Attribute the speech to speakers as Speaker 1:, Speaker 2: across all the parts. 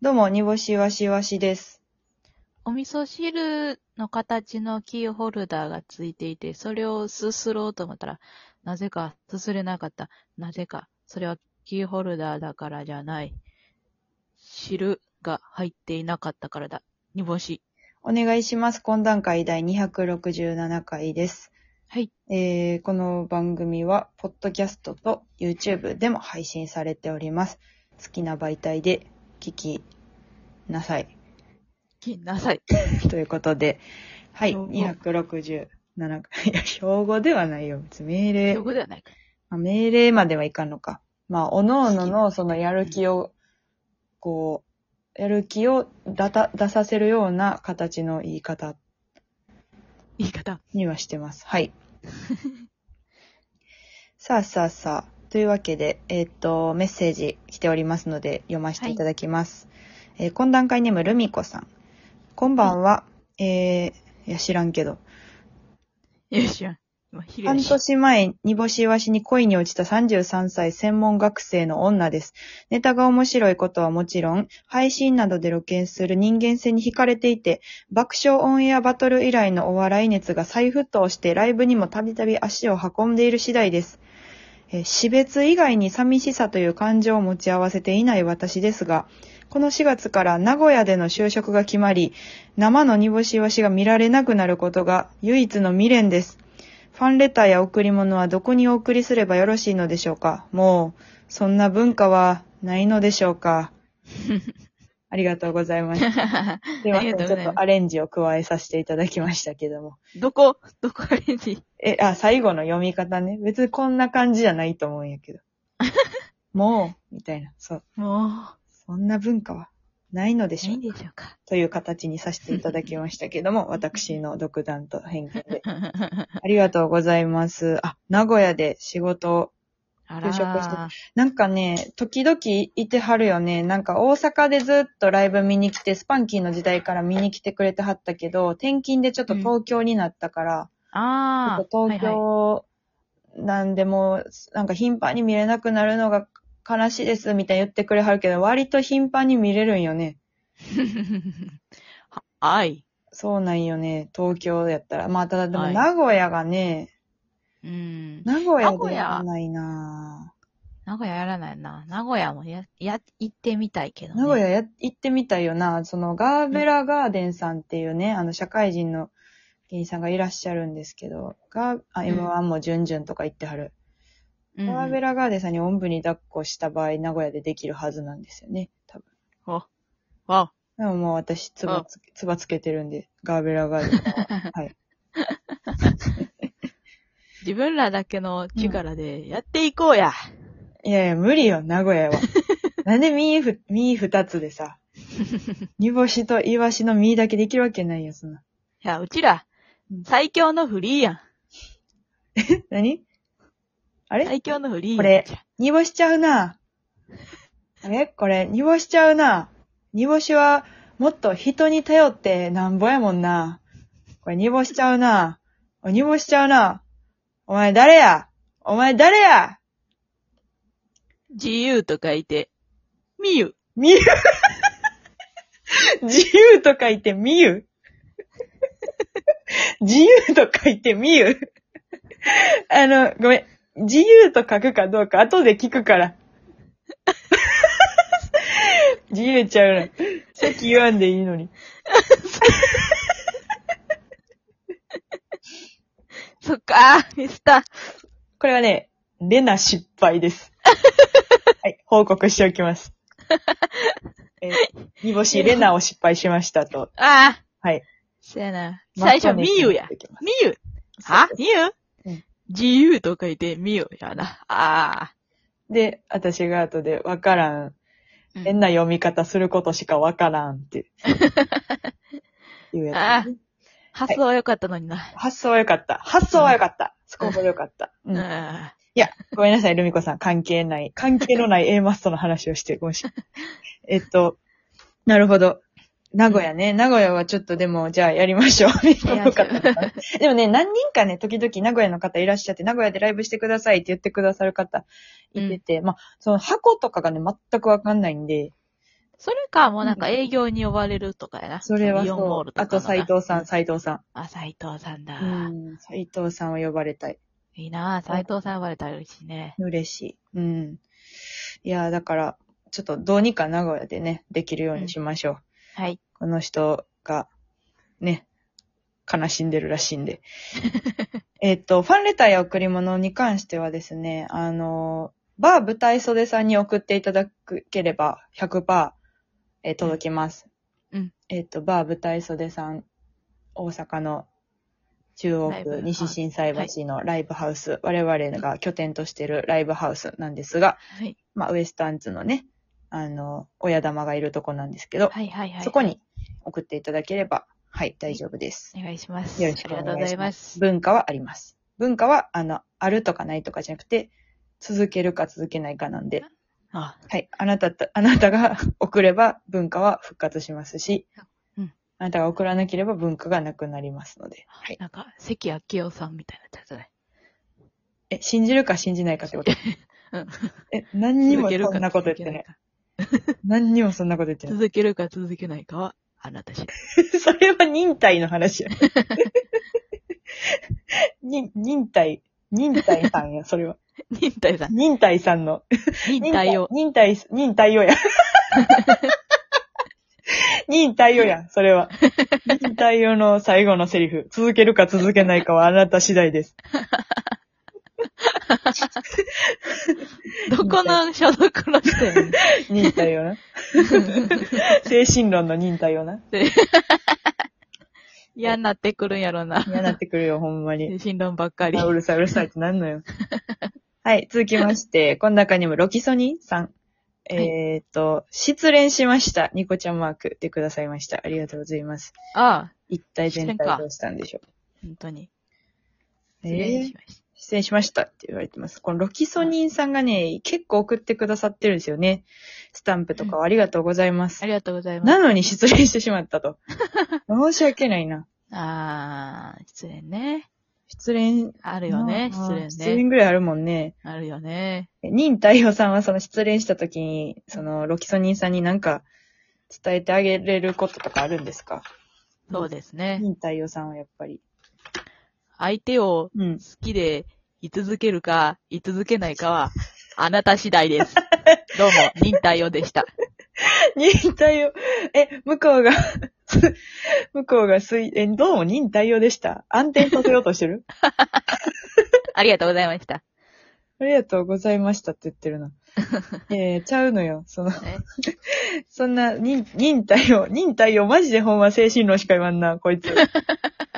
Speaker 1: どうも、煮干しわしわしです。
Speaker 2: お味噌汁の形のキーホルダーがついていて、それをすすろうと思ったら、なぜかすすれなかった。なぜか、それはキーホルダーだからじゃない。汁が入っていなかったからだ。煮干し。
Speaker 1: お願いします。懇談会第267回です。
Speaker 2: はい。
Speaker 1: えー、この番組は、ポッドキャストと YouTube でも配信されております。好きな媒体で聞きなさい。
Speaker 2: きなさい。
Speaker 1: ということで、はい、
Speaker 2: 標語
Speaker 1: 267回。 いや、標語ではないよ。別に命令
Speaker 2: そ。こではないか。
Speaker 1: まあ命令まではいかんのか。まあ、おのおのの、そのやる気を、こう、やる気を出た、出させるような形の言い方
Speaker 2: 言い方。
Speaker 1: にはしてます。 はい。さあさあさあ。というわけで、えっ、と、メッセージ来ておりますので、読ませていただきます。えー懇談会ネーム、ルミコさん。こんばんは。えー、いや、知らんけど。
Speaker 2: よしやん。今、昼や
Speaker 1: 半
Speaker 2: し。
Speaker 1: 年前、煮干しイワシに恋に落ちた33歳専門学生の女です。ネタが面白いことはもちろん、配信などで露見する人間性に惹かれていて、爆笑オンエアバトル以来のお笑い熱が再沸騰してライブにもたびたび足を運んでいる次第です。えー死別以外に寂しさという感情を持ち合わせていない私ですが、この4月から名古屋での就職が決まり、生の煮干しイワシが見られなくなることが唯一の未練です。ファンレターや贈り物はどこにお送りすればよろしいのでしょうかもう、そんな文化はないのでしょう かありがとうございます。
Speaker 2: あ
Speaker 1: す
Speaker 2: り
Speaker 1: い
Speaker 2: が
Speaker 1: ませ。
Speaker 2: とうんご
Speaker 1: ち
Speaker 2: ざい
Speaker 1: ょっ
Speaker 2: ま
Speaker 1: とアレンジを加えさせていただきましたけども。
Speaker 2: す。 どこ、どこあれに。
Speaker 1: え、あ、最後の読み方ね。別にこんな感じじゃないと思うんや けど。もう、みたいな。そう。
Speaker 2: もう、
Speaker 1: そんな文化はないのでし
Speaker 2: な
Speaker 1: ょう
Speaker 2: い
Speaker 1: か
Speaker 2: んでしょうか。
Speaker 1: という形にさせていただきましたけど も、私の独断と偏見で。ありがとうございます。あ、名古屋で仕事を
Speaker 2: あ
Speaker 1: 就職して
Speaker 2: らー。
Speaker 1: なんかね、時々いてはるよね。なんか大阪でずっとライブ見に来て、スパンキーの時代から見に来てくれてはったけど、転勤でちょっと東京になったから、
Speaker 2: あ
Speaker 1: ちょっ。と
Speaker 2: あ
Speaker 1: 東
Speaker 2: はいはい
Speaker 1: 京なんでもう、なんか頻繁に見れなくなるのが悲しいですみたいに言ってくれはるけど、割と頻繁に見れるんよね。
Speaker 2: は はい。
Speaker 1: そうなんよね。東京やったら。まあ、ただでも
Speaker 2: はい
Speaker 1: 名古屋がね、
Speaker 2: うん。
Speaker 1: 名古屋
Speaker 2: 名古
Speaker 1: で
Speaker 2: 屋
Speaker 1: やらないなぁ
Speaker 2: 名古屋やらないな。名古屋もや、や、行ってみたいけど、ね。
Speaker 1: 名古屋や行ってみたいよな。そのガーベラガーデンさんっていうね、あの社会人の芸人さんがいらっしゃるんですけど、ガーあ、
Speaker 2: ん
Speaker 1: M1 もジュンジュンとか行ってはる。
Speaker 2: うんうん、
Speaker 1: ガーベラガーデンさんにおんぶに抱っこした場合、名古屋でできるはずなんですよね。多分。
Speaker 2: わ
Speaker 1: でももう私、つばつけ、つばつけてるんで、ガーベラガーデンさんは。はい。
Speaker 2: お自分らだけの力でやっていこうや。
Speaker 1: いやいや、無理よ、名古 屋は。なんで身ふ、身二つでさ、煮干しとイワシの身だけできるわけないよ、そんな。
Speaker 2: いや、うちら
Speaker 1: うん、
Speaker 2: 最強のフリーやん。
Speaker 1: 何あれ
Speaker 2: 最強のフリーやん。
Speaker 1: これ煮干しちゃうな。あれこれ、煮干しちゃうな。煮干しは、もっと人に頼ってなんぼやもんな。これ、煮干しちゃうな。お煮干しちゃうな。お前誰やお前誰や
Speaker 2: 自由と書いて、みゆ。
Speaker 1: みゆ 自由と書いてみゆ 自由と書いてみゆあの、ごめん。自由と書くかどうか後で聞くから。 自由ちゃうな。さっき言わんでいいのに。
Speaker 2: そっかー、ミスター。
Speaker 1: これはね、レナ失敗です。はい、報告しておきます。えー、煮干しレナを失敗しましたと。
Speaker 2: ああ。
Speaker 1: はい。
Speaker 2: そやな。最初、みゆや。みゆ。はみゆ、
Speaker 1: うん
Speaker 2: 自由と書いて、みゆやな。ああ。
Speaker 1: で、私が後でわからん。
Speaker 2: うん
Speaker 1: 変な読み方することしかわからんっ て。いうやつね、
Speaker 2: 発想は良かったのにな。
Speaker 1: 発想は良かった。発想は良かった。そこも良かった。う。
Speaker 2: うんん。
Speaker 1: いや、ごめんなさい、ルミコさん。関係ない。関係のない A マストの話をして、ごめんなさ い。えっと、なるほど。名古屋ね。名古屋はちょっとでも、じゃあやりましょう。この方々でもね、何人かね、時々名古屋の方いらっしゃって、名古屋でライブしてくださいって言ってくださる方いてて、まあ、その箱とかがね、全くわかんないんで、
Speaker 2: それか、もうなんか営業に呼ばれるとかやな。
Speaker 1: それは
Speaker 2: イオンモ
Speaker 1: そ
Speaker 2: ール
Speaker 1: う。
Speaker 2: とか
Speaker 1: あ
Speaker 2: のな
Speaker 1: と斎藤さん、斎藤さ
Speaker 2: あ、斎藤さんだ。
Speaker 1: ん。うん。斎藤さんは呼ばれたい。
Speaker 2: いいなぁ、斎藤さん呼ばれたら嬉しいね。
Speaker 1: 嬉しい。うん。いやー、だから、ちょっとどうにか名古屋でね、できるようにしましょう。
Speaker 2: はい。
Speaker 1: この人が、ね、悲しんでるらしいんで。 えっと、ファンレターや贈り物に関してはですね、あの、バー舞台袖さんに送っていただければ100%、えー届きます。
Speaker 2: うん
Speaker 1: えっと、バー舞台袖さん、大阪の中央
Speaker 2: ライブハウ
Speaker 1: 区
Speaker 2: ス
Speaker 1: 西新斎橋のライブハウス、我々が拠点としているライブハウスなんですが、
Speaker 2: はい。
Speaker 1: まあ、ウエスタンツのね、あの、親玉がいるとこなんですけど、
Speaker 2: はいはいはい。
Speaker 1: そこに送っていただければ、はい、大丈夫です。
Speaker 2: お願いします。
Speaker 1: よろしくお
Speaker 2: ありが
Speaker 1: 願
Speaker 2: とうご
Speaker 1: い
Speaker 2: ざ
Speaker 1: し
Speaker 2: い
Speaker 1: ま。
Speaker 2: ますす。
Speaker 1: 文化はあります。文化は、あの、あるとかないとかじゃなくて、続けるか続けないかなんで、
Speaker 2: あ、
Speaker 1: はい、あなたと、あなたが 送れば文化は復活しますし、
Speaker 2: うん
Speaker 1: あなたが送らなければ文化がなくなりますので、はい。
Speaker 2: なんか、関明夫さんみたいになっちゃったね。
Speaker 1: え、信じるか信じないかってこと
Speaker 2: うん。
Speaker 1: え、 何にも
Speaker 2: 続けるか
Speaker 1: そんなこと言ってない。
Speaker 2: 続け
Speaker 1: 何にもそんなこと言ってない。
Speaker 2: 続けるか続けないかは、あなた次第。
Speaker 1: それは忍耐の話や。に忍耐、忍耐さんや、それは。
Speaker 2: 忍耐さん。
Speaker 1: 忍耐さんの。
Speaker 2: 忍耐を。
Speaker 1: 忍耐、忍耐 よや。忍耐よや、それは。忍耐よの最後のセリフ。続けるか続けないかはあなた次第です。
Speaker 2: どこの所属の人やねん
Speaker 1: 忍耐よな。精神論の忍耐よな。
Speaker 2: 嫌になってくるんやろ な。
Speaker 1: 嫌になってくるよ、ほんまに。
Speaker 2: 精神論ばっかり
Speaker 1: あ。うるさいうるさいってなんのよ。はい、続きまして、この中にもロキソニンさん。えーっと、失恋しました。ニコちゃんマークでくださいました。ありがとうございます。
Speaker 2: ああ、
Speaker 1: 一体全体どうしたんでしょう。
Speaker 2: 本当に。
Speaker 1: え
Speaker 2: 失礼
Speaker 1: ー
Speaker 2: しました。
Speaker 1: 失恋しましたって言われてます。このロキソニンさんがね、結構送ってくださってるんですよね。スタンプとかをありがとうございます
Speaker 2: あ。りがとうございます。
Speaker 1: なのに失恋してしまったと。 申し訳ないな。
Speaker 2: ああ、失恋ね。
Speaker 1: 失恋。
Speaker 2: あるよね、失恋ね。
Speaker 1: 失恋ぐらいあるもんね。
Speaker 2: あるよね。
Speaker 1: 任太陽さんはその失恋した時に、そのロキソニンさんになんか伝えてあげれることとかあるんですか
Speaker 2: そうですね。
Speaker 1: 任太陽さんはやっぱり。
Speaker 2: 相手を
Speaker 1: うん
Speaker 2: 好。きで居続けるか、居続けないか は、あなた次第です。どうも、忍耐をでした。
Speaker 1: 任太陽、え、向こうが、 向こうがすい、え、どうも任太陽でした。暗転させようとしてる
Speaker 2: ありがとうございました。
Speaker 1: ありがとうございましたって言ってる な。えー、ちゃうのよ。その
Speaker 2: え、
Speaker 1: そんな、忍忍耐を、忍耐をマジでほんま精神論しか言わんな、こい つ。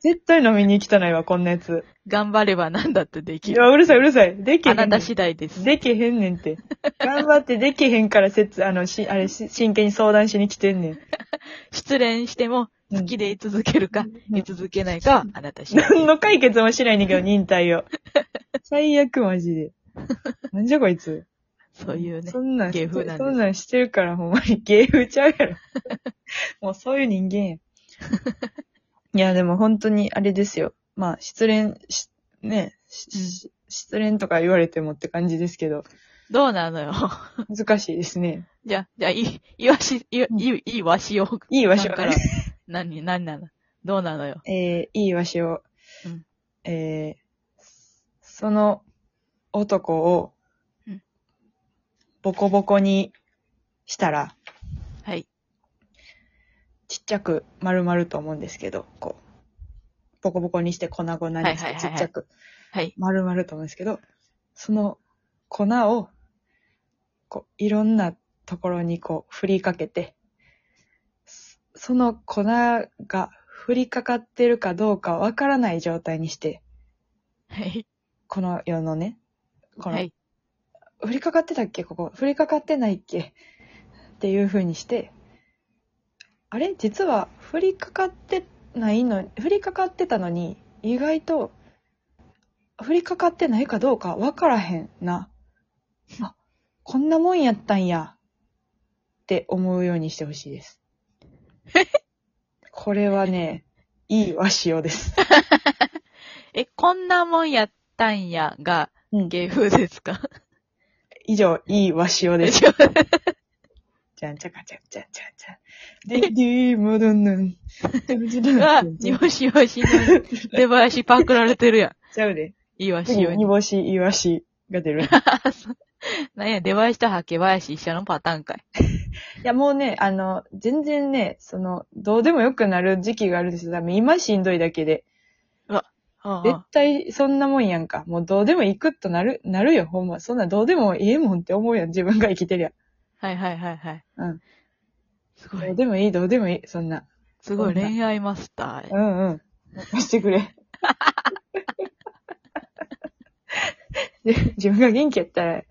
Speaker 1: 絶対飲みに来たないわ、こんなやつ。
Speaker 2: 頑張れば何だってで
Speaker 1: い
Speaker 2: きる。
Speaker 1: や、うるさい、うるさい。できへ
Speaker 2: あ
Speaker 1: んね
Speaker 2: なんた次第です。
Speaker 1: できへんねんって。頑張ってできへんからせつ、あの、し、あれ、し真剣に相談しに来てんねん。
Speaker 2: 失恋しても、好きで居続けるか、
Speaker 1: うん
Speaker 2: 居続けないかは、あなた次第です
Speaker 1: 何の解決もしないねんけど、忍耐を。最悪、マジで。なんじゃこいつ。
Speaker 2: そういうね
Speaker 1: そ。んなん、
Speaker 2: 芸風なんです
Speaker 1: そんなんしてるから、ほんまに芸風ちゃうやろ。 もうそういう人間 や。いや、でも本当にあれですよ。まあ、失恋し、ね、しし失恋とか言われてもって感じです けど、
Speaker 2: どうなのよ。
Speaker 1: 難しいですね。
Speaker 2: じゃあ、じゃあ、いい、いわし、いわ、いい、いいわしを。
Speaker 1: いい場所
Speaker 2: だから、何、何なのどうなのよ。
Speaker 1: えー、いいわしを、
Speaker 2: うん
Speaker 1: えーその男を
Speaker 2: うん、
Speaker 1: ボコボコにしたら、
Speaker 2: はい。
Speaker 1: ちっちゃく丸々と思うんですけど、こう、ボコボコにして粉々にし
Speaker 2: はいはいはい
Speaker 1: て
Speaker 2: はい
Speaker 1: ちっちゃく
Speaker 2: はい。
Speaker 1: 丸々と思うんですけど、その粉を、こう、いろんなところにこう、振りかけて、そその粉が振りかかってるかどうかわからない状態にして、
Speaker 2: はい。
Speaker 1: この世のね、この
Speaker 2: はい。
Speaker 1: 振りかかってたっけここ。振りかかってないっけっていう風にして、あれ実は振りかかってないの、振りかかってたのに、意外と、振りかかってないかどうかわからへんな。あ、こんなもんやったんや。って思うようにしてほしいです。これはね、いい和塩です。
Speaker 2: え、こんなもんやったんやが、
Speaker 1: うん
Speaker 2: 芸風ですか
Speaker 1: 以上、いい和塩です。じゃんちゃかちゃんちゃんちゃんちゃん。ディディーモドンヌン。
Speaker 2: うわ、煮干しわしの出囃子パクられてるや
Speaker 1: ちゃうで。
Speaker 2: ん。いわし
Speaker 1: 次、
Speaker 2: よ
Speaker 1: 煮干し、イワシが出る。 い
Speaker 2: なんや、出囃子とハケ囃子一緒のパターンかい。
Speaker 1: や、もうね、あの、全然ね、その、どうでもよくなる時期があるんですよ。多分今しんどいだけで。絶対そんなもんやんか。もうどうでもいくっとなる、なるよ、ほんま。そんなどうでもええもんって思うやん。自分が生きてりゃ。
Speaker 2: はいはいはいはい。
Speaker 1: うん。
Speaker 2: す
Speaker 1: ど
Speaker 2: ご
Speaker 1: う
Speaker 2: い。
Speaker 1: でもいい、どうでもいい、そんな。
Speaker 2: すごい
Speaker 1: そんな
Speaker 2: 恋愛マスター
Speaker 1: う
Speaker 2: や。
Speaker 1: んうん。任してくれ。で 自分が元気やったら、い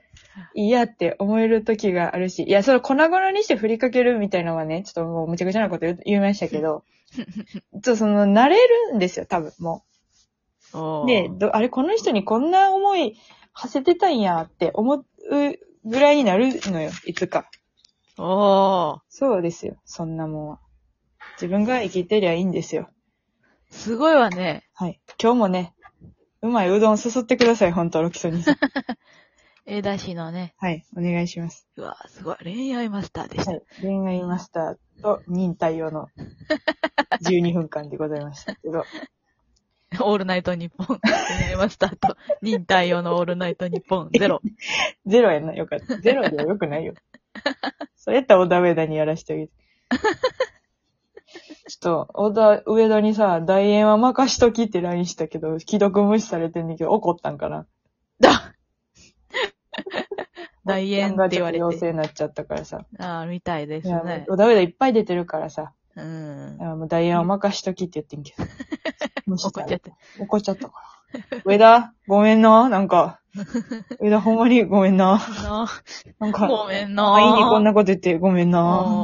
Speaker 1: いやって思える時があるし、いや、その粉々にして振りかけるみたいなのはね、ちょっともうむちゃくちゃなこと言う言いましたけ ど、ちょっとその、慣れるんですよ、多分、も
Speaker 2: お
Speaker 1: う。
Speaker 2: ー
Speaker 1: で、どあれ、この人にこんな思い、馳せてたんやって思うぐらいになるのよ、いつか。
Speaker 2: おー
Speaker 1: そうですよ、そんなもんは。自分が生きてりゃいいんですよ。
Speaker 2: すごいわね。
Speaker 1: はい。今日もね、うまいうどんすすってください、本当ロキソ ニンさん。
Speaker 2: えだしのね。
Speaker 1: はい、お願いします。
Speaker 2: うわ、すごい。恋愛マスターでした。
Speaker 1: はい。恋愛マスターと忍耐用の12分間でございましたけど。
Speaker 2: オールナイトニッポン。恋愛マスターと、忍耐用のオールナイトニッポンゼロ。
Speaker 1: ゼロやんな、よかった。ゼロではよく ないよ。そうやったらオーダーウェダにやらしてあげて。ちょっと、オーダーウェダにさ、大円は任しときって LINE したけど、既読無視されてんねんけど、怒ったんかな。
Speaker 2: だ 大円って言われ
Speaker 1: がちょっと
Speaker 2: て。
Speaker 1: 陽性になっちゃったからさ。
Speaker 2: ああ、みたいで
Speaker 1: い
Speaker 2: す
Speaker 1: や、
Speaker 2: ね
Speaker 1: オ。ーダーウェダいっぱい出てるからさ。
Speaker 2: うん。
Speaker 1: あもうダイヤを任しときって言ってんけ ど。無視
Speaker 2: 怒っちゃって。
Speaker 1: 怒っちゃったから。上田、ごめんな、なん か。上田、ほんまにごめんな。
Speaker 2: あの
Speaker 1: なんか。
Speaker 2: ごめんな
Speaker 1: あいいにこんなこと言ってごめんな。
Speaker 2: うん